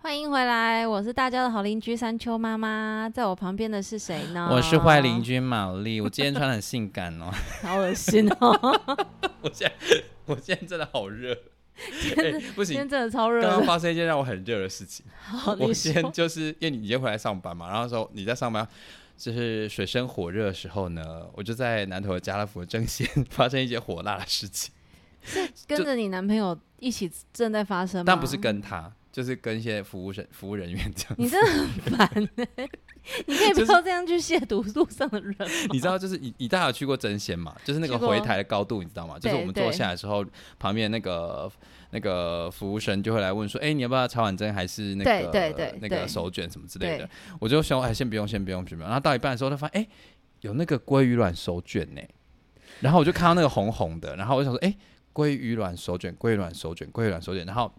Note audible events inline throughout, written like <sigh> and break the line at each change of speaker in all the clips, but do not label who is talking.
欢迎回来，我是大家的好邻居山丘妈妈，在我旁边的是谁呢？
我是坏邻，居玛丽，我今天穿得很性感哦， <laughs>
好恶心哦！
我现在我现在真的好热，哎不
今
行
天，真的超热
刚
的
刚，发生一件让我很热的事情。
好，
我
你
今
说
天就是因为你今天回来上班嘛，然后说你在上班，就是水深火热的时候呢，我就在南头的家乐福的正线 <laughs> 发生一件火辣的事情，
是跟着你男朋友一起正在发生吗？
但不是跟他，就是跟一些服务人服务人员这样。
你真的很烦呢、你可以不
就是
要这样去亵渎路上的人吗。
<laughs> 你知道，就是你你大家有去过真仙嘛？就是那个
去过
回台的高度，你知道吗？就是
对
我们坐下来的时候，旁边那个那个服务生就会来问说：“哎、你要不要茶碗蒸还是那个
对对对
那
对
个手卷什么之类的
对？”
我就想：“哎，先不用，先不用，先不用。”然后到一半的时候，他发现哎、有那个鲑鱼卵手卷呢、然后我就看到那个红红的，然后我就想说：“哎、鲑鱼卵手卷，鲑鱼卵手卷，鲑鱼卵手卷。”然后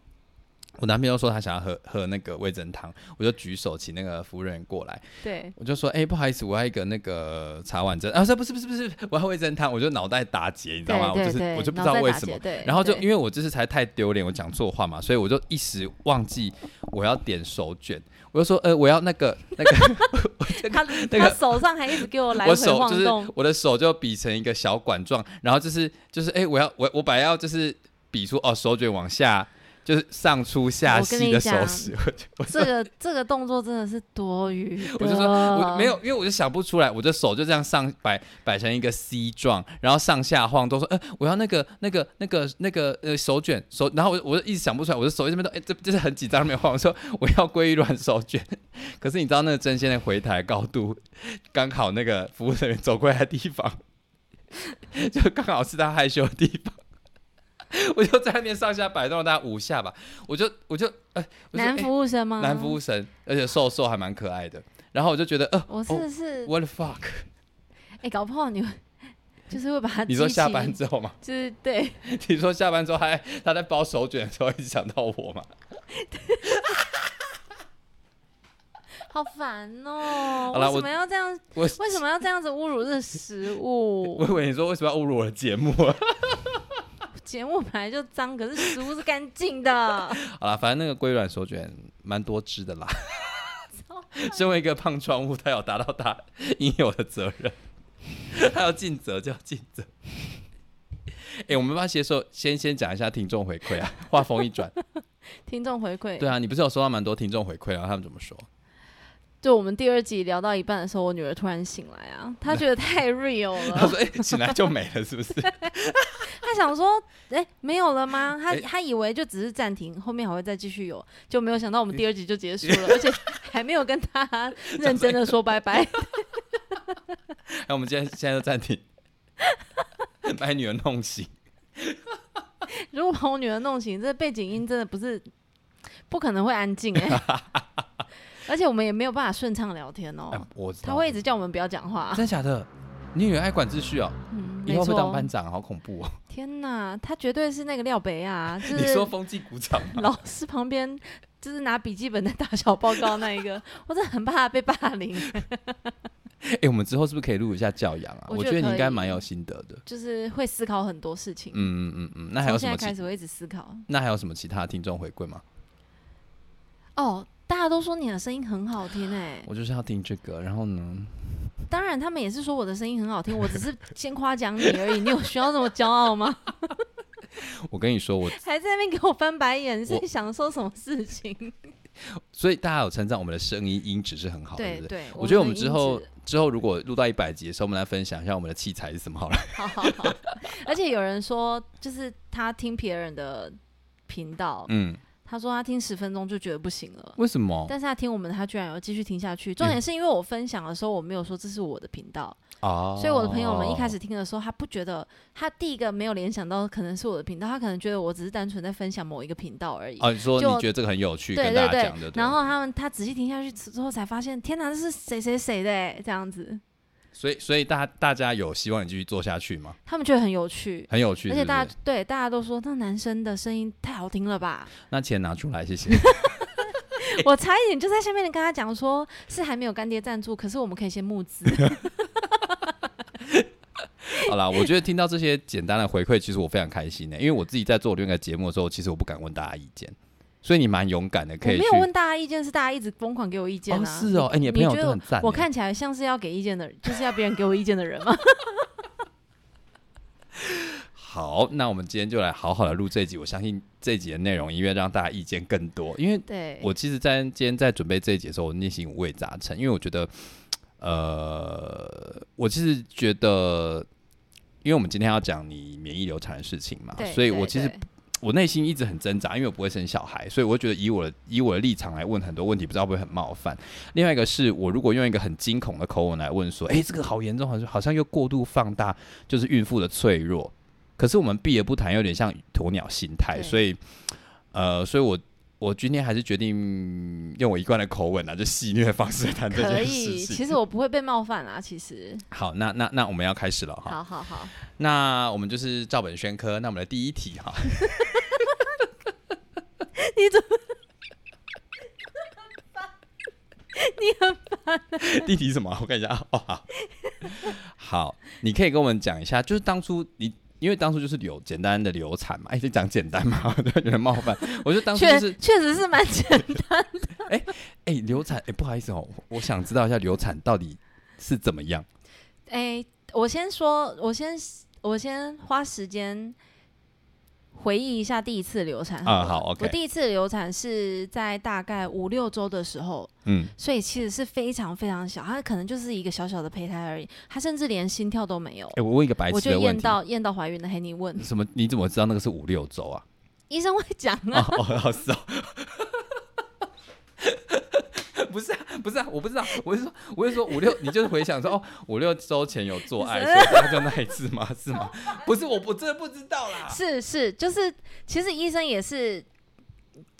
我男朋友说他想要喝喝那个味增汤，我就举手请那个服务人员过来。
对，
我就说，哎、不好意思，我要一个那个茶碗蒸啊，是不是不是不是，我要味噌汤，我就脑袋打结，你知道吗？
对
我就是
对
我就不知道为
脑袋
什
打
么
结，对
然后就
对
因为我这次才太丢脸，我讲错话嘛，所以我就一时忘记我要点手卷，我就说，呃，我要那
<laughs>
个那个
他
<laughs> 那
他
个
手上还一直给我来
我
回
手
晃
就是
动，
我的手就比成一个小管状，然后就是就是哎、我要我我本来要就是比出哦手卷往下。就是上粗下
我跟
细
你
的手
讲
势，我就我
这个这个动作真的是多余的。
我就说
哦
我没有，，因为我就想不出来，我的手就这样上摆摆成一个 C 状，然后上下晃动，说，呃，我要那个那个那个那个呃手卷手，然后我我就一直想不出来，我的手一直没动，哎、这就是很紧张没有晃，我说我要鲑鱼卵手卷， <laughs> 可是你知道那个针线的回台高度，刚好那个服务人员走过来的地方， <laughs> 就刚好是他害羞的地方。 <laughs> 我就在那边上下摆动了大概五下吧，我就我就呃，我就
男
哎
服务生吗？
男服务生，而且瘦瘦还蛮可爱的。然后我就觉得，呃，
我真的是，
我的 fuck，
哎、搞不好你会就是会把他
你说
激
下
起
班之后吗？ <laughs>
就是对，
你说下班之后还他在包手卷的时候一直想到我吗？
好烦哦、
好啦
为
我
什么要这样？
我
为什么要这样子侮辱这食
<laughs> 我
物？
以为你说为什么要侮辱我的节目 <laughs> 啊？
节目本来就脏，可是食物是干净
<laughs>
的。
好啦，反正那个龟卵手卷蛮多汁
<laughs>
的啦。身为一个胖窗户，他有达到他应有的责任， <laughs> 他要尽责就要尽责。哎、我们要不要先说先先讲一下听众回馈啊？话锋一转，
听众回馈，
对啊，你不是有收到蛮多听众回馈，然后啊他们怎么说？
就我们第二集聊到一半的时候，我女儿突然醒来啊，她觉得
<laughs>
太 real
他
了，
说：“哎、醒来就没了，是不是？”哎
她想说，哎、没有了吗？她
哎
她以为就只是暂停，后面还会再继续有，就没有想到我们第二集就结束
<laughs>
了，而且还没有跟她认真的说拜拜。
那我们今天现在就暂停，把你女儿弄醒。
如果把我女儿弄醒，这背景音真的不是不可能会安静
<laughs>
哎、而且我们也没有办法顺畅聊天哦、
哎我知道
她会一直叫我们不要讲话。
真的假的？你女儿爱管秩序哦，
嗯，
以
没
后会当
错
班。长，好恐怖哦！
天哪，她绝对是那个廖北啊，就
你
是
说风纪
<laughs>
鼓掌吗？
老师旁边就是拿笔记本在打小报告那一
<laughs>
个，我真的很怕他被霸凌。
哎、我们之后是不是可以录一下教养啊？
我
我
觉
觉
得
得你
可
应该
以
蛮有心得的。
就是会思考很多事情。
嗯嗯嗯嗯，那还有
从
什
现在
么
开
其？
始，我一直思考。
那还有什么其他听众回馈吗？
哦，大家都说你的声音很好听哎、
我就是要听这个，然后呢？
当然他们也是说我的声音很好听，我只是先夸奖你而已。你有需要这么骄傲 <laughs> 吗？
我跟你说，我
还在那边给我翻白眼，是
我
想说什么事情？
所以大家有称赞我们的声音音质是很好的，对
对
不对？
对，
我觉得我们
的
之
音
后
质
之后如果录到一百集的时候，我们来分享一下我们的器材是什么好了。
好好好，而且有人说，就是他听别人的频道，
嗯，
他说他听十分钟就觉得不行了。
为什么？嗯
但是他听我们的，他居然有继续听下去。重点是因为我分享的时候，我没有说这是我的频道，
哦，
所以我的朋友们一开始听的时候，他不觉得，他第一个没有联想到可能是我的频道，他可能觉得我只是单纯在分享某一个频道而已。
哦，你说
就
你觉得这个很有趣，
对
跟
对
大家讲的，
对，
对
然后他们他仔细听下去之后才发现，天哪，这是谁谁谁的欸这样子，
所以所以大大家有希望你继续做下去吗？
他们觉得很有趣，
很有趣
而
是不
且
是，
大家对大家都说那男生的声音太好听了吧，
<laughs>
<laughs>
那钱拿出来，谢 <laughs> 谢。
我差一点就在下面跟他讲说，是还没有干爹赞助，可是我们可以先募资，
好啦，我觉得听到这些简单的回馈，其实我非常开心呢、因为我自己在做另一个节目的时候，其实我不敢问大家意见，所以你蛮勇敢的，
我
<laughs> 可以
没
去。
有问大家意见，是大家一直疯狂给我意见
哦，
啊。
是哦，哎、你的朋
你
友
觉得
真的很赞耶。
我看起来像是要给意见的人， <laughs> 就是要别人给我意见的人
<laughs>
吗？
好，那我们今天就来好好的录这一集。我相信这一集的内容，因为让大家意见更多。因为
对，
我其实在今天在准备这一集的时候，我内心五味杂陈，因为我觉得，呃，我其实觉得，因为我们今天要讲你免疫流产的事情嘛，
对
所以
对
我其实
对
我内心一直很挣扎，因为我不会生小孩，所以我会觉得以我的以我的立场来问很多问题，不知道会不会很冒犯。另外一个是我如果用一个很惊恐的口吻来问说，诶，这个好严重，好像好像又过度放大，就是孕妇的脆弱。可是我们避而不谈，有点像鸵鸟心态，
对
所以，呃，所以我我今天还是决定用我一贯的口吻啊，就戏谑的方式来谈这
可
件事
以。其
情。
实我不会被冒犯啊，其实。
好，那那那我们要开始了哈。
好好好，
那我们就是照本宣科，那我们的第一题哈，
<laughs> 你怎么？你很
第一题是什么啊？我看一下啊，哦好，好，你可以跟我们讲一下，就是当初你。因为当初就是流简单的流产嘛，哎，这讲简单嘛，我就觉得冒犯。我就当初
确
就是，
确实是蛮简
哎，流产，哎，不好意思哦，我我想知道一下流产到底是怎么样。
哎、我先说，我先我先花时间回忆一下第一次流产了。
啊好，OK
我第一次流产是在大概五六周的时候，
嗯，
所以其实是非常非常小，它可能就是一个小小的胚胎而已，它甚至连心跳都没有。
哎，我问一个白
我
痴
就
的问
验
题，
到验到怀孕了，嘿，你问 <laughs>
什么？你怎么知道那个是五六周啊？
医生会讲
<laughs> 哦
啊，
哦，哦是哦。不是啊，不是啊，我不知道，我是说，我是说五六，你就是回想说，哦，五六周前有做爱，所以他就那一次吗？是吗？不是，我我真的不知道啦。
是是，就是其实医生也是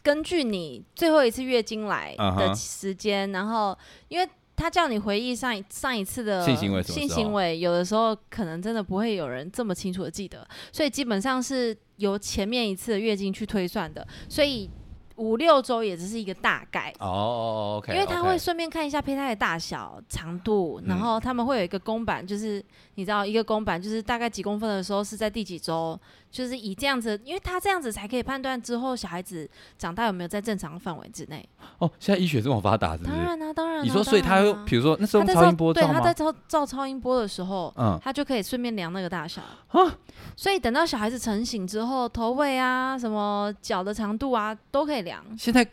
根据你最后一次月经来
嗯
的
哼
时间然后因为他叫你回忆上一上一次的
性行为什么
性
时候
行为有的时候可能真的不会有人这么清楚的记得，所以基本上是由前面一次的月经去推算的，所以五六周也只是一个大概。
哦，OK，
因为他会顺便看一下胚胎的大小、长度，然
嗯
后他们会有一个公版，就是你知道一个公版就是大概几公分的时候是在第几周，就是以这样子，因为他这样子才可以判断之后小孩子长大有没有在正常范围之内。
哦，现在医学这么发达，是不
当
是？
然啦、当然啦、
你说，所以他
当
会
然啦，
比如说那时候
他在
超音波
对，
照
他在
吗？
照照超音波的时候，
嗯，
他就可以顺便量那个大小。
啊
<laughs> 所以等到小孩子成型之后，头围啊、什么脚的长度啊，都可以量，
现在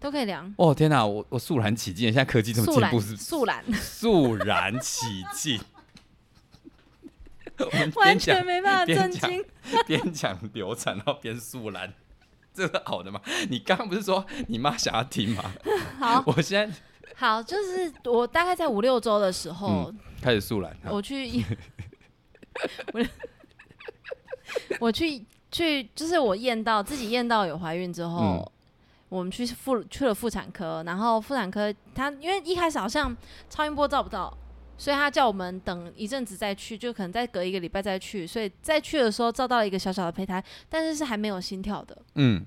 都可以量。
哦，天哪，我我肃然起敬，现在科技这么
素 <laughs>
进
懒，
步，是
素
<laughs>
懒，
肃然起敬。我们
完
边讲
全没办法
边
震
讲
惊。
边讲流产然 <laughs> 后边素兰，这是好的吗？你刚刚不是说你妈想要听吗？
好，
<laughs> 我现在
好，就是我大概在五六周的时候，
开始素兰，
我去医，我我去去，就是我验到自己验到有怀孕之后，
嗯
我们去妇去了妇产科，然后妇产科他因为一开始好像超音波照不到。所以他叫我们等一阵子再去，就可能再隔一个礼拜再去。所以再去的时候照到了一个小小的胚胎，但是是还没有心跳的。
嗯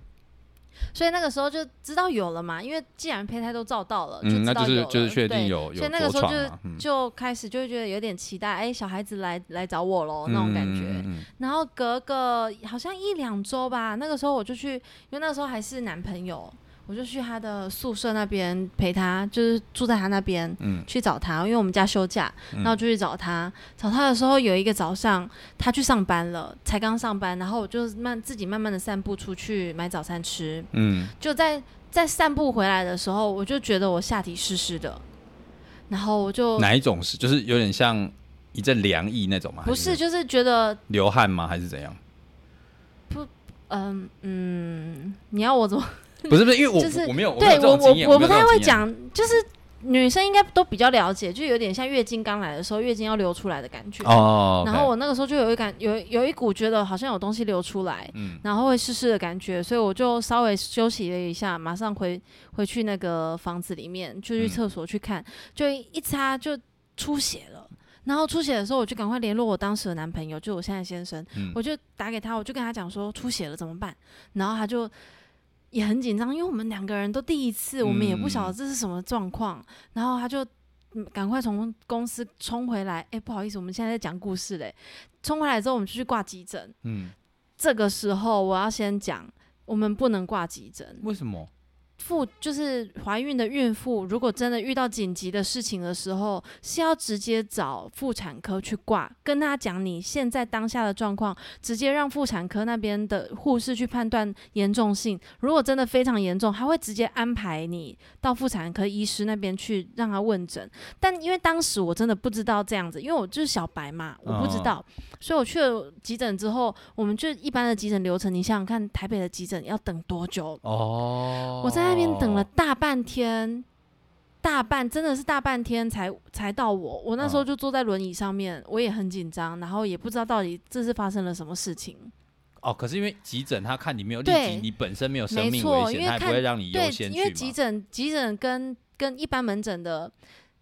所以那个时候就知道有了嘛，因为既然胚胎都照到了，
嗯，
知
那
道
就
有
是
了
就是确定
对
有有
所以那个
着
时候
床
就
嘛，嗯
就开始就会觉得有点期待，哎、小孩子来来找我喽那种感觉。
嗯嗯嗯嗯
然后隔个好像一两周吧，那个时候我就去，因为那时候还是男朋友，我就去他的宿舍那边陪他，就是住在他那边。
嗯
去找他，因为我们家休假，
嗯
然后就去找他。找他的时候，有一个早上他去上班了，才刚上班，然后我就慢自己慢慢的散步出去买早餐吃。
嗯
就在在散步回来的时候，我就觉得我下体湿湿的，然后我就
嗯，哪一种是就是有点像一阵凉意那种吗？
不
还
是，就是觉得，
流汗吗？还是怎样？
嗯嗯，你要我怎么？
不是不是，因为
嗯
我
就是
我没有没有
对
这
我
种经验
我我不
没有这
太
种
会
经验
讲，就是女生应该都比较了解，就有点像月经刚来的时候，月经要流出来的感觉。
哦。
然
OK
后我那个时候就有一感，有有一股觉得好像有东西流出来，
嗯
然后会湿湿的感觉，所以我就稍微休息了一下，马上回回去那个房子里面，就去
嗯
厕所去看，就一擦就出血了。然后出血的时候，我就赶快联络我当时的男朋友，就我现在先生，
嗯
我就打给他，我就跟他讲说出血了怎么办，然后他就。也很紧张，因为我们两个人都第一次，我们也不晓
嗯
得这是什么状况。然后他就嗯赶快从公司冲回来，哎、不好意思，我们现在在讲故事嘞。冲回来之后，我们就去挂急诊，
嗯
这个时候我要先讲，我们不能挂急诊。
为什么？
妇就是怀孕的孕妇，如果真的遇到紧急的事情的时候，是要直接找妇产科去挂，跟他讲你现在当下的状况，直接让妇产科那边的护士去判断严重性。如果真的非常严重，他会直接安排你到妇产科医师那边去让他问诊。但因为当时我真的不知道这样子，因为我就是小白嘛，我不知道，所以我去了急诊之后，我们就一般的急诊流程，你想想看，台北的急诊要等多久？
哦，
我在那边等了大半天，大半真的是大半天才才到我。我那时候
嗯
就坐在轮椅上面，我也很紧张，然后也不知道到底这是发生了什么事情。
哦，可是因为急诊他看你没有立
对
即，你本身没有生
没
命
错
危
因
险，
为
他也不
看
会让你优
对
先，去
因为急
嘛。
诊急诊跟跟一般门诊的，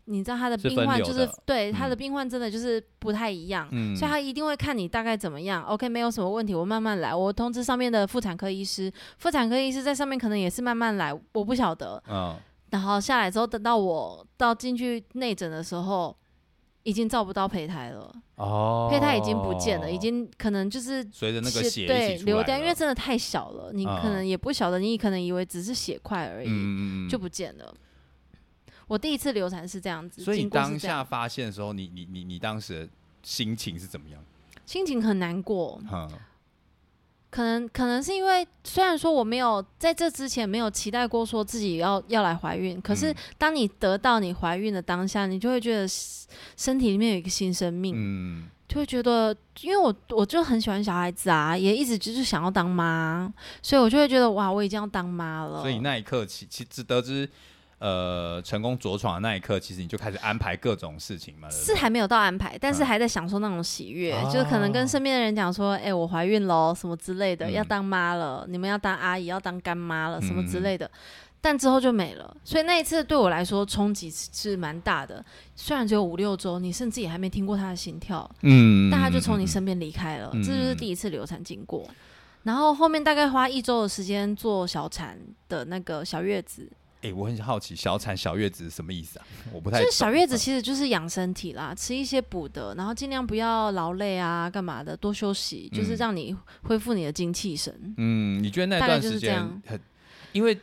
你知道他的
是
病
分
患
流
就是
的
对他的
嗯
病患真的就是不太一样。
嗯
所以他一定会看你大概怎么样。OK，没有什么问题，我慢慢来。我通知上面的妇产科医师，妇产科医师在上面可能也是慢慢来，我不晓得。
嗯，
然后下来之后，等到我到进去内诊的时候，已经照不到胚胎了，
哦，
胚胎已经不见了，已经可能就是
随哦着那个
血
血
对
一起出
流
来
掉，
了
因为真的太小了，你
啊
可能也不晓得，你可能以为只是血块而已，
嗯嗯嗯，
就不见了。我第一次流产是这样子，
所以你
经过是
当
这
下
样
发现的时候，你你你你当时的心情是怎么样？
心情很难过，
嗯，
可能可能是因为虽然说我没有在这之前没有期待过说自己要要来怀孕，可是
嗯
当你得到你怀孕的当下，你就会觉得身体里面有一个新生命，
嗯，
就会觉得，因为我我就很喜欢小孩子啊，也一直就是想要当妈，所以我就会觉得哇，我已经要当妈了。
嗯所以那一刻其其只得知。呃，成功着床的那一刻，其实你就开始安排各种事情嘛。对不
是
对
还没有到安排，但是还在享受那种喜悦，
嗯哦
就是可能跟身边的人讲说，哎、我怀孕喽，什么之类的，
嗯嗯
要当妈了，你们要当阿姨，要当干妈了，什么之类的。但之后就没了，所以那一次对我来说冲击是是蛮大的。虽然只有五六周，你甚至也还没听过他的心跳，
嗯，
但他就从
嗯
你
嗯
身边离开了，
嗯
这就是第一次流产经过。然后后面大概花一周的时间做小产的那个小月子，
哎、我很好奇小产小月子是什么意思啊？我不太
就是小月子
懂
其实就是养身体啦，吃一些补的，然后尽量不要劳累啊，干嘛的，多休息，就是让你恢复你的精气神。
嗯，你觉得那
大概
段
就是
时
这
间
样
很，因为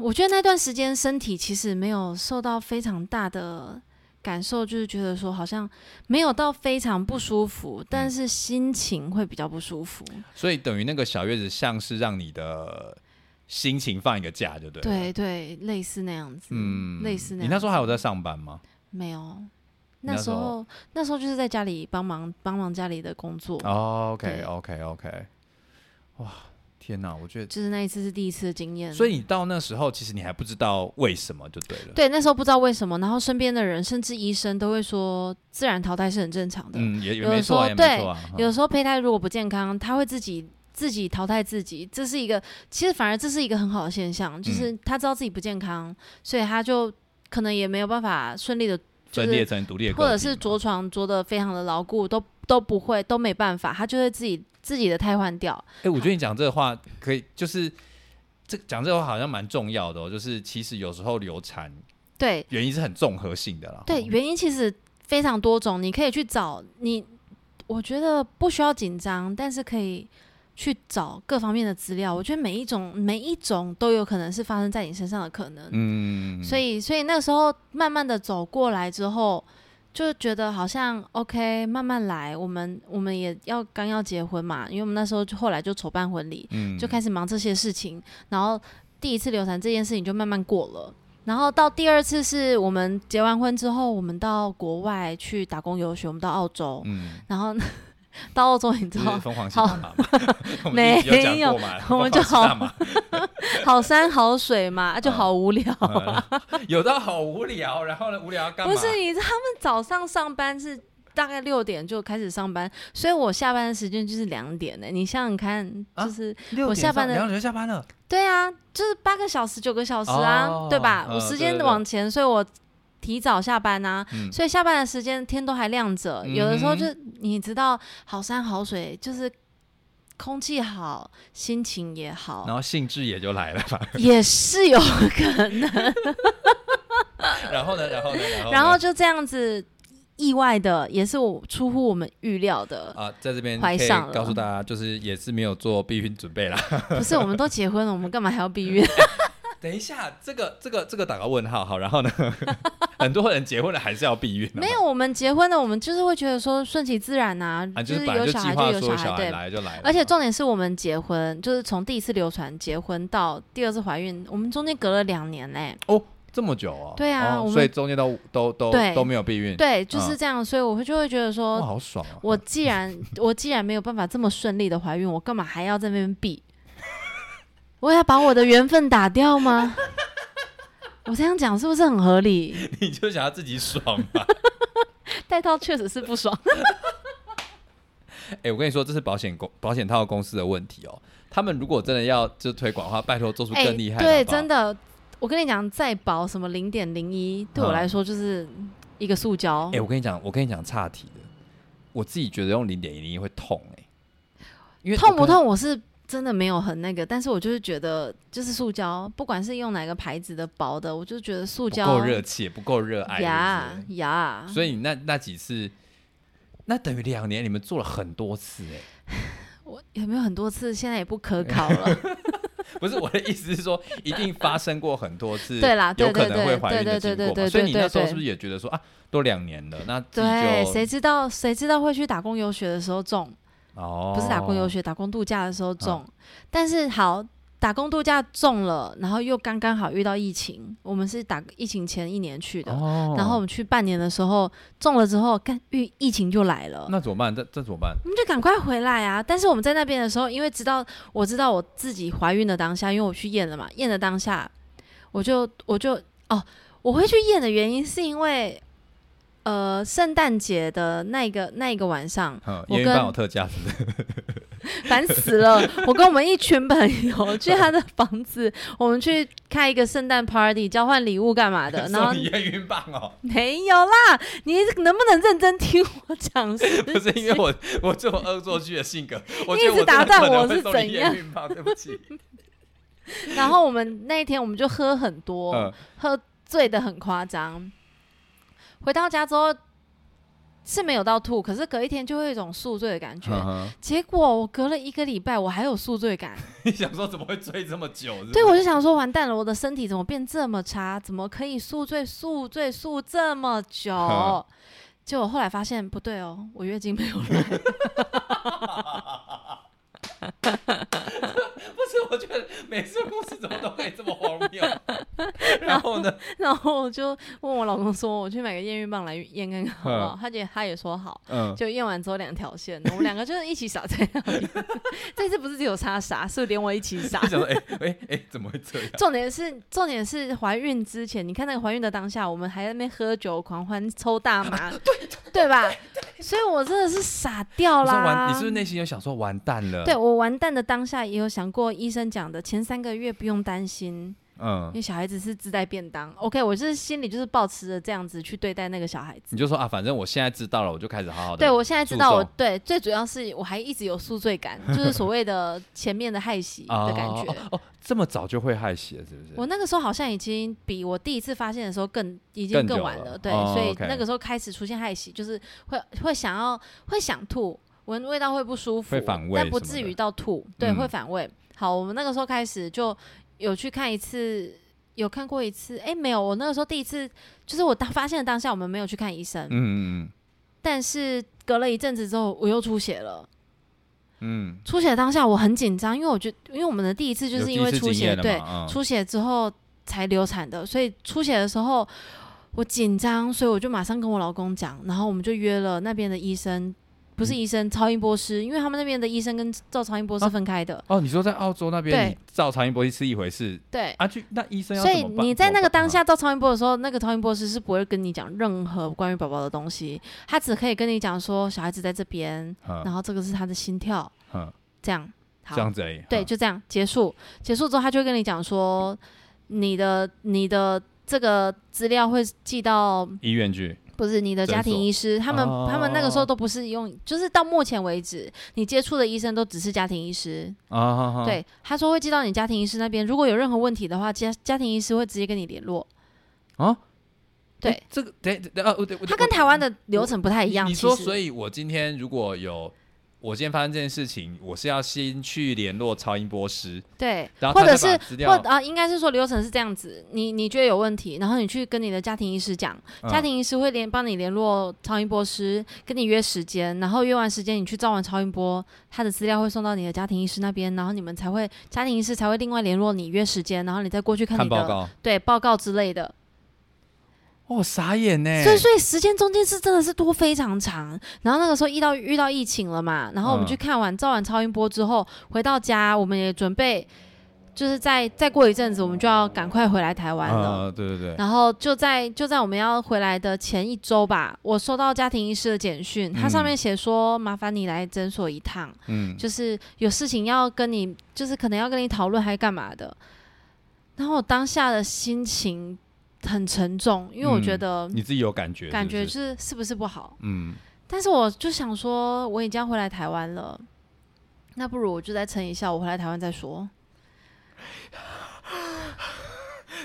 我觉得那段时间身体其实没有受到非常大的感受，就是觉得说好像没有到非常不舒服，
嗯
但是心情会比较不舒服。
所以等于那个小月子像是让你的心情放一个假，就对。
对，对，类似那样子，
嗯，
类似那
你
样。
那时候还有在上班吗？
没有，
那
那时
时候
候那时候就是在家里帮忙帮忙家里的工作，
哦
对
，OK，OK，OK，、哇，天哪，我觉得，
就是那一次是第一次的经验。
所以你到那时候其实你还不知道为什么就对了。，
对那时候不知道为什么，然后身边的人甚至医生都会说，自然淘汰是很正常的。
嗯，也也
有的
没
时
错啊，
候
也
对
没错啊。
有时候胚胎如果不健康，它会自己。自己淘汰自己，这是一个，其实反而这是一个很好的现象，
嗯
就是他知道自己不健康，所以他就可能也没有办法顺利的
分裂成独立的个体
或
嘛，
者是着床着的非常的牢固，都都不会，都没办法，他就会自己自己的胎换掉。
哎、我觉得你讲这个话可以，就是这讲这个话好像蛮重要的哦。就是其实有时候流产
对
原因是很综合性的啦。
对，
哦，
原因其实非常多种，你可以去找你，我觉得不需要紧张，但是可以去找各方面的资料。我觉得每一种每一种都有可能是发生在你身上的可能，
嗯，
所
以
以所以那时候慢慢的走过来之后。就觉得好像 OK，慢慢来。我们我们也要刚要结婚嘛，因为我们那时候就后来就筹办婚礼，
嗯
就开始忙这些事情，然后第一次流产这件事情就慢慢过了。然后到第二次是我们结完婚之后，我们到国外去打工游学，我们到澳洲，
嗯，
然后到澳洲你知
就 <laughs> 是
道，
疯狂吸
好
大麻嘛，我们
没
第一集有
有
讲过嘛，
<laughs> 我
疯
们就
狂吸大
好
麻
好山好水嘛，啊就好无聊。
<laughs> 嗯有到好无聊，然后呢，无聊要干嘛？
不是，你知道他们早上上班是大概六点就开始上班，所以我下班的时间就是两点呢、你想想看，
啊
就是、
六
我
点
下班
上
了
两点就下班了，
对啊，就是八个小时、九个小时啊，
哦
对吧？
嗯
我时
对
间
对对
往前，所以我提早下班啊，
嗯
所以下班的时间天都还亮着，有的时候
嗯哼
就你知道，好山好水就是空气好，心情也好
然，后兴致也就来了吧。
也是有可能。
然后呢，然后呢，然后
然
呢
后就这样子意外的，也是我出乎我们预料的。
啊，在这边可
怀
以
上了
告诉大家，就是也是没有做避孕准备啦。
<laughs> 不是，我们都结婚了，我们干嘛还要避
<laughs>
孕？
等一下，这个这个这个打个问号，好，然后呢， <laughs> 很多人结婚了还是要避孕、啊，
没有，我们结婚了，我们就是会觉得说顺其自然呐、
啊，
就是是
本来
有
就
小
计
孩
划
有
说
小
小
孩，
孩
对。
来就来了嘛，
而且重点是我们结婚，就是从第一次流传结婚到第二次怀孕，我们中间隔了两年嘞、
哦这么久哦，
对啊
哦
我们
所以中间都都都
对
都没有避孕，
对，就是这样，所以我会就会觉得
嗯哇，
说，
好爽啊！
我既然我既然没有办法这么顺利的怀孕，我干嘛还要在那边避？ <laughs> 我要把我的缘分打掉吗？ <laughs> 我这样讲是不是很合理？
<laughs> 你就想要自
<laughs>
己爽嘛？
戴套确实是不爽，
哎、我跟你说，这是保险公保险套公司的问题哦。他们如果真的要就推广的话，拜托做出更厉害、的，
哎对，
的
真的，我跟你讲，再薄什么零点零一，对我
嗯
来说就是一个塑胶。
哎、我跟你讲，我跟你讲岔题的，我自己觉得用零点零会痛哎、因为
痛
我
不
可能？
痛？我是真的没有很那个，但是我就是觉得，就是塑胶，不管是用哪个牌子的薄的，我就觉得塑
不
胶
够热切，不够热爱
呀
是不
呀
是，所以你那那几次，那等于两年，你们做了很多次哎、
我有没有很多次？现在也不可考
<laughs>
了。
不是我的意思是说，一定发生过很多次，
对啦对
有可
对
能会
对
怀孕
对
的经
对
过
对对
嘛。所以你
对
那时候
对
是不是也觉得说啊，都两年了，那自己
对，
就
谁知道谁知道会去打工游学的时候中，
哦，嗯
不是打工游学，打工度假的时候中。但是好，打工度假中了，然后又刚刚好遇到疫情，我们是打疫情前一年去的。
哦，
然后我们去半年的时候中了之后，干疫疫情就来了，
那怎么办？这这怎么办？
我们就赶快回来啊！但是我们在那边的时候，因为知道我知道我自己怀孕的当下，因为我去验了嘛，验的当下，我就我就哦，我会去验的原因是因为，呃，圣诞节的那个那一个晚上，
哼，
我
因为办
跟
有特价是不是？
烦死了！我跟我们一群朋
<laughs>
友去他的房子，我们去开一个圣诞 party，交换礼物干嘛
<laughs>
的？然后
送你验孕棒哦，
没有啦，你能不能认真听我讲？
<laughs> 不
<laughs> 不
是因为我我这种恶作剧的
<laughs>
性格，我
一
觉得
直
我真的
打断
可能
我
会
是
送
怎
你验
样
孕棒，对不
<laughs>
起，
然后我们那一天我们就喝很多，
嗯
喝醉的很夸张。回到家之后是没有到吐，可是隔一天就会有一种宿醉的感
<laughs>
觉。
哼
结果我隔了一个礼拜，我还有宿醉感。
你想说怎么会追这么久？是不是
对，我就想说，完蛋了，我的身体怎么变这么差？怎么可以宿醉、宿醉、宿这么久
呵？
结果后来发现不对哦，我月经没有来。
不是，我觉得每次故事怎么都可以这么荒
<laughs>
谬。然后呢？
然后我就问我老公说：“我去买个验孕棒来验看看好不好？”他也他也说好。
嗯，
就验完之后两条线，我们两个就是一起傻在那里。 <laughs> 这次不是只有他傻，是连我一起傻
就。想说，哎 <laughs> 哎哎，怎么会这样？
重点是，重点是怀孕之前，你看那个怀孕的当下，我们还在那边喝酒、狂欢、抽大
<laughs>
麻，对吧？所以我真的是傻掉
我说
啦。
完，你是不是内心有想说完蛋了？
对，我完蛋的当下，也有想过医生讲的前三个月不用担心，
嗯
因，为小孩子是自带便当。OK，我就是心里就是抱持着这样子去对待那个小孩子。
你就说啊，反正我现在知道了，我就开始好好的。
对，我现在知道
注
我，
重
对最主要是我还一直有宿醉感，就是所谓的前面的害喜的感觉。
哦哦哦，这么早就会害血，是嗯不是？
我那个时候好像已经比我第一次发现的时候更已经
更久
更晚
了
对，
哦
所以
OK
那个时候开始出现害喜，就是会会想要会想吐，闻味道会不舒服，
会反胃
但不
什么
至
的
于到吐，对，
嗯
会反胃。好，我们那个时候开始就有去看一次，有看过一次，哎，没有，我那个时候第一次就是我当发现的当下，我们没有去看医生，
嗯嗯
但是隔了一阵子之后，我又出血了。
嗯
出血当下我很紧张，因为我觉得，因为我们的第一次
嗯，
就是因为出血，对，
嗯、
出血之后才流产的，所以出血的时候我紧张，所以我就马上跟我老公讲，然后我们就约了那边的医生，不是医生，超音波师，因为他们那边的医生跟照超音波是分开的，
嗯哦，你说在澳洲那边，
对
你照常一波是一回事
对。
啊，去那医生要
所
怎
以
么办
你在那个当，
怎么
下照超音波的时候，那个超音波师是不会跟你讲任何关于宝宝的东西，他只可以跟你讲说小孩子在这边，
办啊
然后这个是他的心跳，
嗯
这样。
嗯，
嗯好
这，样子而已。
对，
嗯，
就这样结束。结束之后，他就会跟你讲说，你的你的这个资料会寄到，
医院去，
不是你的
诊
家庭
所
医师，他们、他们那个时
哦
候都不是用，就是到目前为止，你接触的医生都只是家庭医师。
啊哈哈，
对，他说会寄到你家庭医师那边，如果有任何问题的话，家家庭医师会直接跟你联络。
啊，
对，
这个等等啊，我我
它跟台湾的流程不太一样。
你说，
其实
所以我今天如果有我今天发生这件事情，我是要先去联络超音波师，
对，
然后
或
他
者
再
是
把资
或
料
啊、应该是说流程是这样子，你你觉得有问题，然后你去跟你的家庭医师讲，
嗯
家庭医师会联帮你联络超音波师，跟你约时间，然后约完时间你去照完超音波，他的资料会送到你的家庭医师那边，然后你们才会家庭医师才会另外联络你约时间，然后你再过去看
看
你
报
的
告。
对报告之类的。
哦，傻眼呢！
所以，所以时间中间是真的是拖非常长。然后那个时候遇到遇到疫情了嘛，然后我们
嗯
去看完、照完超音波之后，回到家，我们也准备就是再再过一阵子，我们就要赶快回来台湾了。
啊，对对对，
然后就在就在我们要回来的前一周吧，我收到家庭医师的简讯，他上面写说：“麻烦你来诊所一趟，
嗯，
就是有事情要跟你，就是可能要跟你讨论，还干嘛的。”然后我当下的心情很沉重，因为我觉
嗯
得、
你自己有感觉是不是，
感觉是是不是不好？
嗯，
但是我就想说，我已经要回来台湾了，那不如我就再撑一下，我回来台湾再说。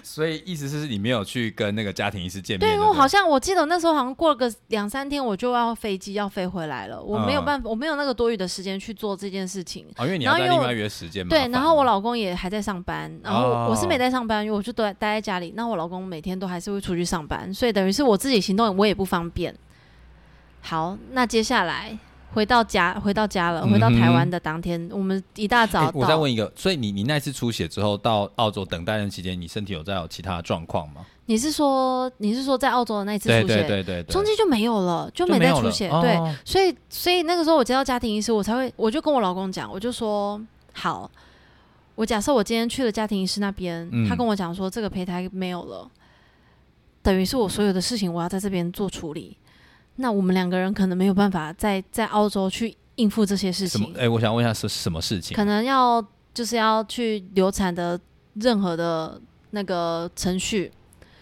所以意思是你没有去跟那个家庭医师见面，
对，
对
因
不
为
对，
我好像我记得那时候好像过了个两三天，我就要飞机要飞回来了，我没有
嗯
办法，我没有那个多余的时间去做这件事情。
哦，因为你
然
要
后
在
因为
另
我
外约时间嘛，麻
对，
烦
然后我老公也还在上班，然后我是没
哦
在上班，因为我就待待在家里。那我老公每天都还是会出去上班，所以等于是我自己行动，我也不方便。好，那接下来回到家，回到家了，回到台湾
嗯哼
的当天，我们一大早
哎
到。
我再问一个，所以你你那次出血之后到澳洲等待的期间，你身体有再有其他的状况吗？
你是说你是说在澳洲的那一次
对
出血，
对对对对，
中间就没有了，就
就
没再
有
出
了
血。
哦
对，所以所以那个时候我接到家庭医师，我才会我就跟我老公讲，我就说好，我假设我今天去了家庭医师那边，
嗯
他跟我讲说这个胚胎没有了，等于是我所有的事情我要在这边做处理。那我们两个人可能没有办法在在澳洲去应付这些事
什么
情？，
哎，我想问一下是什么事情？
可能要就是要去流产的任何的那个程序，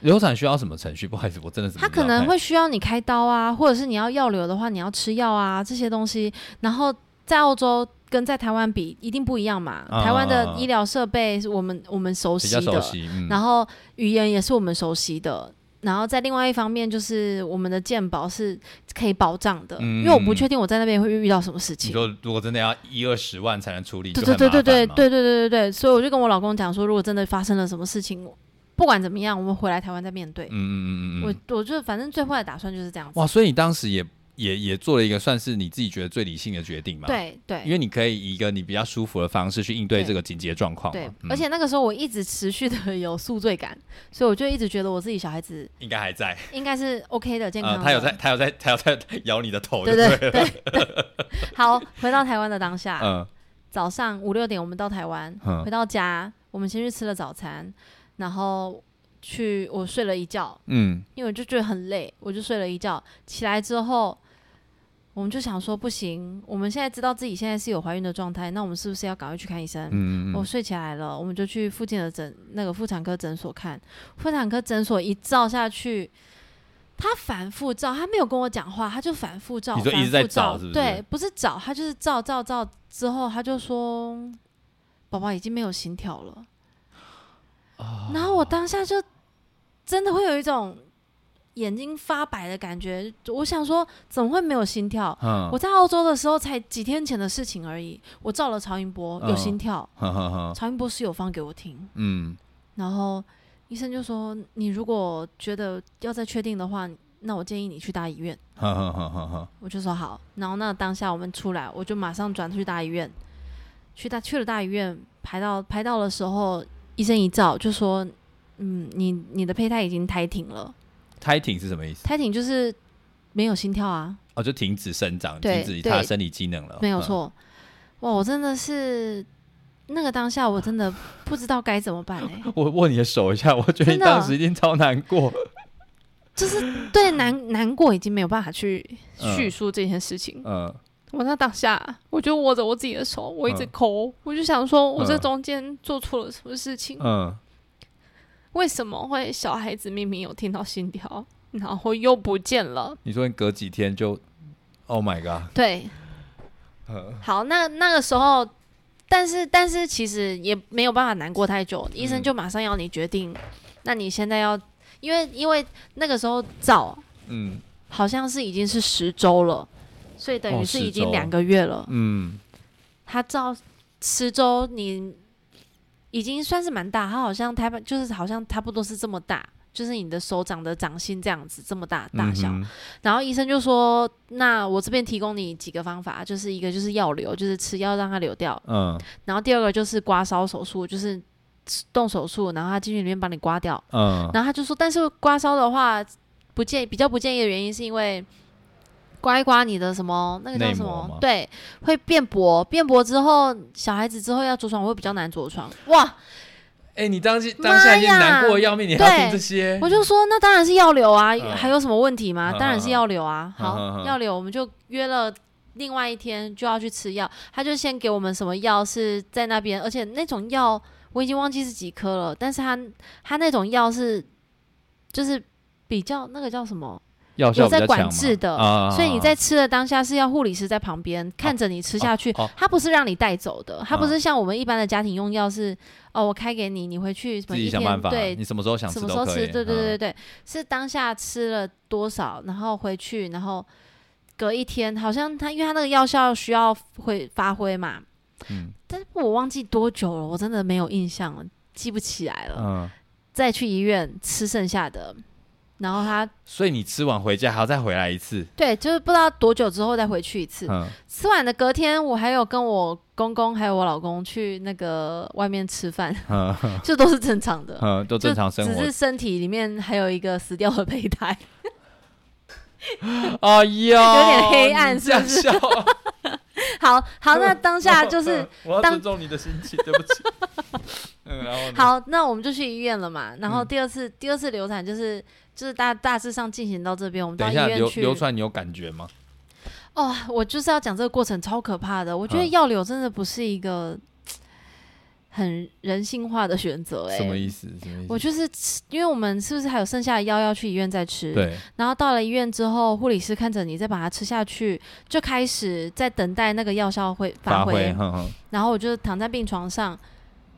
流产需要什么程序？不 <laughs> 好意思，我真的是不
他
知道
可能会需要你开刀啊，或者是你要药流的话，你要吃药啊这些东西。然后在澳洲跟在台湾比，一定不一样嘛。
啊
台湾的医疗设备是我们我们熟
哎比
悉
较
的，
熟悉，嗯，
然后语言也是我们熟悉的。然后在另外一方面，就是我们的健保是可以保障的，
嗯
因为我不确定我在那边会遇到什么事
你
情。
说如果真的要一二十万才能处理，
对
就
对对对
很
对
麻烦嘛
对对对对对，所以我就跟我老公讲说，如果真的发生了什么事情，不管怎么样，我们回来台湾再面对。
嗯嗯嗯嗯嗯，
我我就反正最坏的打算就是这样子。
哇，所以你当时也也也做了一个算是你自己觉得最理性的决定嘛？，
对对，
因为你可以以一个你比较舒服的方式去应对
对
这个紧急的状况嘛，
对，
嗯
而且那个时候我一直持续的 <laughs> 有宿醉感，所以我就一直觉得我自己小孩子
应该还在，
应该是 OK 的，健康
呃，
的。
他有在，他有在，他有在 <laughs> 咬你的头，
对
对
对对 <laughs> 好，回到台湾的当下，
嗯
早上五六点我们到台湾，
嗯
回到家，我们先去吃了早餐，然后去我睡了一觉，
嗯，
因为我就觉得很累，我就睡了一觉。起来之后，我们就想说不行，我们现在知道自己现在是有怀孕的状态，那我们是不是要赶快去看医生？
嗯嗯
我
嗯，
睡起来了，我们就去附近的诊那个妇产科诊所看。妇产科诊所一照下去，他反复照，他没有跟我讲话，他就反复照，
你说
反
一直在
复
找是不是
对，不是找，他就是照照照之后，他就说宝宝已经没有心跳了。
哦
然后我当下就真的会有一种眼睛发白的感觉，我想说怎么会没有心跳？
嗯
我在澳洲的时候才几天前的事情而已，我照了超音波，有心
嗯
跳。
呵呵呵，
超音波是有放给我听，
嗯，
然后医生就说，你如果觉得要再确定的话，那我建议你去大医院。
呵呵呵呵呵，
我就说好，然后那当下我们出来，我就马上转去大医院，去大去了大医院，排到排到的时候，医生一照就说，嗯，你你的胚胎已经胎停了，
胎停是什么意思？
胎停就是没有心跳啊，
哦，就停止生长，
对
停止他的
对
生理机能了，
没有
嗯，
错。哇，我真的是那个当下，我真的不知道该怎么办哎、
我握你的手一下，我觉得
真
你
的啊
当时一定超难过。
就是对难难过已经没有办法去
嗯
叙述这件事情。
嗯，
我那当下，我就握着我自己的手，我一直
嗯
抠，我就想说，我这
嗯
中间做错了什么事情？
嗯，
为什么会小孩子明明有听到心跳，然后又不见了？
你说你隔几天就，Oh my god，
对，
嗯
好，那那个时候。但是，但是其实也没有办法难过太久，医生
嗯
就马上要你决定，那你现在要因为因为那个时候照
嗯
好像是已经是十周了，所以等
哦
于是
10
已经
周
两个月了。
嗯，
他照十周，你已经算是蛮大，他好像台湾就是好像差不多是这么大，就是你的手掌的掌心这样子这么大大小。
嗯哼
然后医生就说：“那我这边提供你几个方法，就是一个就是药流，就是吃药让它流掉；
嗯
然后第二个就是刮痧手术，就是动手术，然后他进去里面帮你刮掉。
嗯
然后他就说，但是刮痧的话，不建比较不建议的原因是因为刮一刮你的什么那个叫
内
什
膜
么
吗？
对，会变薄，变薄之后，小孩子之后要着床会比较难着床。哇，
哎、你当时
妈呀
当下已经难过的要命，你还要听这些
我，就说那当然是药流啊，
嗯
还有什么问题吗？
嗯
当然是药流啊。
嗯嗯
好
嗯，
药流我们就约了。另外一天就要去吃药，他就先给我们什么药是在那边，而且那种药我已经忘记是几颗了，但是他他那种药是就是比较那个叫什么
药效
有在
比较强
管
嘛
制的
啊
所以你在吃的当下是要护理师在旁边看着你吃下去，
哦哦
它不是让你带走
啊
的，它不是像我们一般的家庭用药是哦，我开给你，你回去什
自
么
己
一
想
天
办法，
对
你什么时候想吃
什么
都
时候
可
吃，
以，嗯
对对对对，是当下吃了多少，然后回去，然后隔一天，好像它因为它那个药效需要会发挥嘛，
嗯
但是我忘记多久了，我真的没有印象了，记不起来了，
嗯，
再去医院吃剩下的。然后他
所以你吃完回家还要再回来一次，
对，就是不知道多久之后再回去一次，
嗯
吃完的隔天，我还有跟我公公还有我老公去那个外面吃饭，
嗯
就都是正常的，
嗯，都正常生
只
活
是。身体里面还有一个死掉的胚胎。 <laughs>
哎呀，
有点黑暗
你这样
是
笑啊
好
嗯
好，那 <laughs> 当下就是
<laughs> 我要
当
尊重你的心情，对不起。嗯，然后呢，
好，那我们就去医院了嘛。然后
嗯
第二次、第二次流产就是就是大大致上进行到这边，我们到
等
医
一下，
院
流
去。
流传你有感觉吗？
哦，我就是要讲这个过程超可怕的。我觉得
嗯
药流真的不是一个很人性化的选择、欸，
什么意思？什么意
我
思？
就是吃因为我们是不是还有剩下的药要去医院再吃？
对，
然后到了医院之后，护理师看着你再把它吃下去，就开始在等待那个药效会发
发
挥。
挥，哼哼，
然后我就躺在病床上，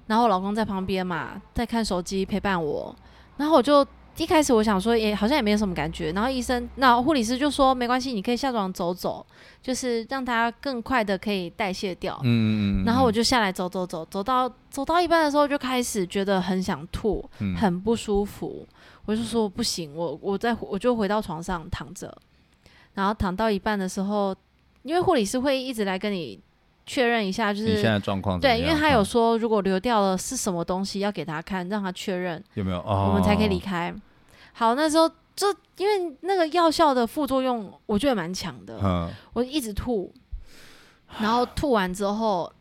然后我老公在旁边嘛，在看手机陪伴我。然后我就一开始我想说也好像也没有什么感觉，然后医生那护理师就说没关系，你可以下床走走，就是让它更快的可以代谢掉。
嗯嗯嗯。
然后我就下来走走走，走到走到一半的时候就开始觉得很想吐，
嗯
很不舒服，我就说不行，我我在我就回到床上躺着，然后躺到一半的时候，因为护理师会一直来跟你确认一下，就
你现
是
在状况怎么
对，
样
因为他有
嗯
说如果流掉了是什么东西要给他看，让他确认，
有没有？
我
我
们才可以离。开。好，那时候就因为那个药效的副作用，我觉得蛮强的，
嗯，
我一直 <sighs> 吐，然后吐完之后，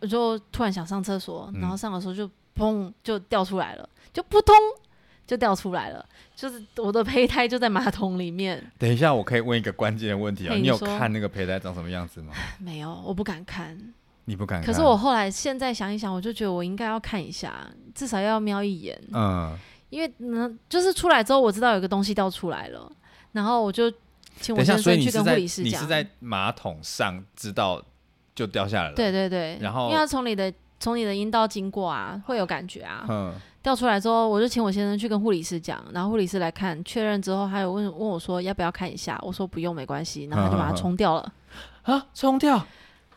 我就突然想上厕所，
嗯
然后上的时候就砰就掉出来了，就扑通就掉出来了，就是我的胚胎就在马桶里面。
等一下，我可以问一个关键的问题啊，
嘿
你
你
有
说
看那个胚胎长什么样子吗？
<laughs> 没有，我不敢看。
你不敢看。
可是我，后来现在想一想，我就觉得我应该要看一下，至少要瞄一眼，
嗯，
因为呢，就是出来之后我知道有个东西掉出来了，然后我就请
等
我
一下，
先
所以
生
你
去
是
跟
在
护理师
你
讲
是。在马桶上知道就掉下来了。
对，对对，
然后
因为它从你的从你的阴道经过啊，会有感觉啊。
嗯
掉出来之后，我就请我先生去跟护理师讲，然后护理师来看确认之后，还有问问我说要不要看一下，我说不用没关系，然后他就把它冲掉了，
啊，冲掉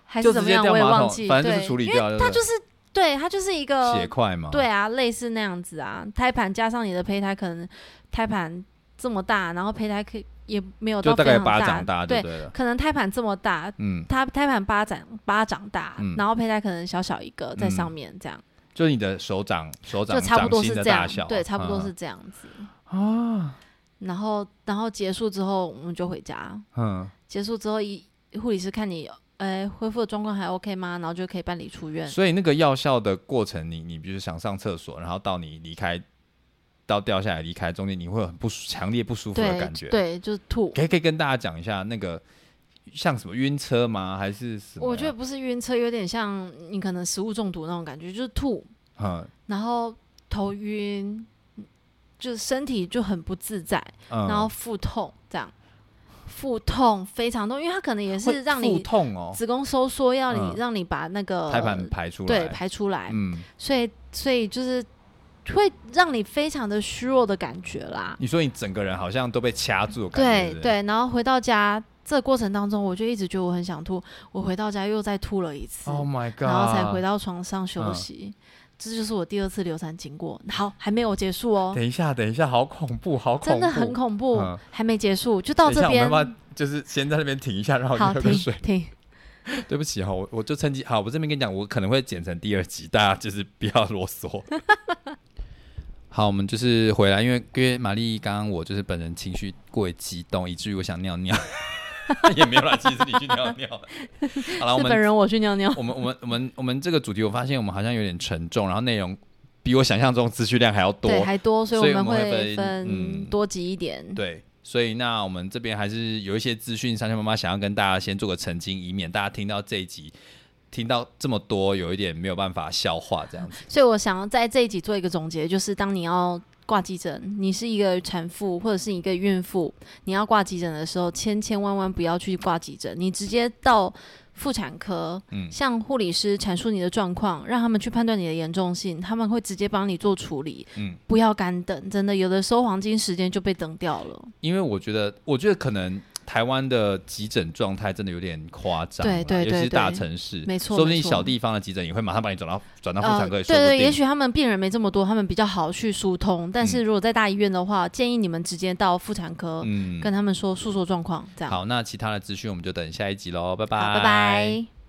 还
嗯就是直
怎么
接
样
掉
我也
马
忘
桶
记，，
反正就是处
对，
理掉了。
它
对不
就是对它就是一
对斜
个
块嘛。
对啊，类似那样子啊，胎盘加上你的胚胎，可能胎盘这么大，然后胚胎可以也没有
就
到
大
非
概
常
巴掌大就
对，
对了。
可能胎盘这么大，
嗯，
它胎盘巴掌巴掌大，
嗯
然后胚胎可能小小一个在
嗯
上面这样。
就是你的手掌手掌
就差不多
掌
是
心的
这
大
样
小，，
对，差不多是
嗯
这样子。
啊，
然后，然后结束之后，我们就回家。
嗯，
结束之后，医护理师看你，哎，恢复的状况还 OK 吗？然后就可以办理出院。
所以那个药效的过程，你你比如想上厕所，然后到你离开，到掉下来离开中间，你会有很不舒强烈不舒服的
对
感觉。，
对，就是吐。
可以可以跟大家讲一下那个像什么晕车吗？还是什么呀？
我觉得不是晕车，有点像你可能食物中毒那种感觉，就是吐，
嗯
然后头晕，就是身体就很不自在，
嗯，
然后腹痛这样，腹痛非常痛，因为它可能也
会
是让
腹
你
痛哦，
子宫收缩，要你、
嗯
让你把那个
胎盘排出来，
对排出来，
嗯
所以所以就是会让你非常的虚弱的感觉啦。
你说你整个人好像都被掐住的感觉，
对
是不是，
对，然后回到家这个过程当中，我就一直觉得我很想吐，我回到家又再吐了一次，
，Oh my god，
然后才回到床上休
嗯
息。这就是我第二次流产经过，好，还没有结束哦，
等一下，等一下，好恐怖，好恐怖，
真的很恐怖，
嗯
还没结束，就到
等一
这
下，我们
边
要。不要就是先在那边停一下，然后
好，
喝个
停
水。 <laughs>
停，
对不起哈、我我就趁机好，我这边跟你讲，我可能会剪成第二集，大家就是不要啰
<laughs>
嗦。好，我们就是回来，因为因为玛丽刚刚我就是本人情绪过于激动，以至于我想尿
<laughs>
尿，也没有啦，其实你去尿尿了。好了，我
是本
们
人我去尿尿。
我们我们我们我们这个主题，我发现我们好像有点沉重，然后内容比我想象中资讯量还要多。
对，还多，所以
所以
我们
我们会分
分
嗯
多集一点。
对，所以那我们这边还是有一些资讯，三千妈妈想要跟大家先做个澄清，以免大家听到这一集听到这么多，有一点没有办法消化这样子。
所以我想要在这一集做一个总结，就是当你要挂急诊，你是一个产妇或者是一个孕妇，你要挂急诊的时候，千千万万不要去挂急诊，你直接到妇产科，
嗯
向护理师阐述你的状况，让他们去判断你的严重性，他们会直接帮你做处理，
嗯，
不要干等，真的有的时候黄金时间就被等掉了。
因为我觉得，我觉得可能台湾的急诊状态真的有点夸张啦，
对对
尤其
对
是大
对
城市，
没错
说不
没
定
错
小地方的急诊也会马上把你转到转到妇
呃，
产科，
对
也说不
对，也
定。
许他们病人没这么多，他们比较好去疏通。但是如果在大医院的话，建议你们直接到妇产科、
嗯，
跟他们说诉说状况，这样。
好，那其他的资讯我们就等下一集喽，拜拜，
好，拜拜。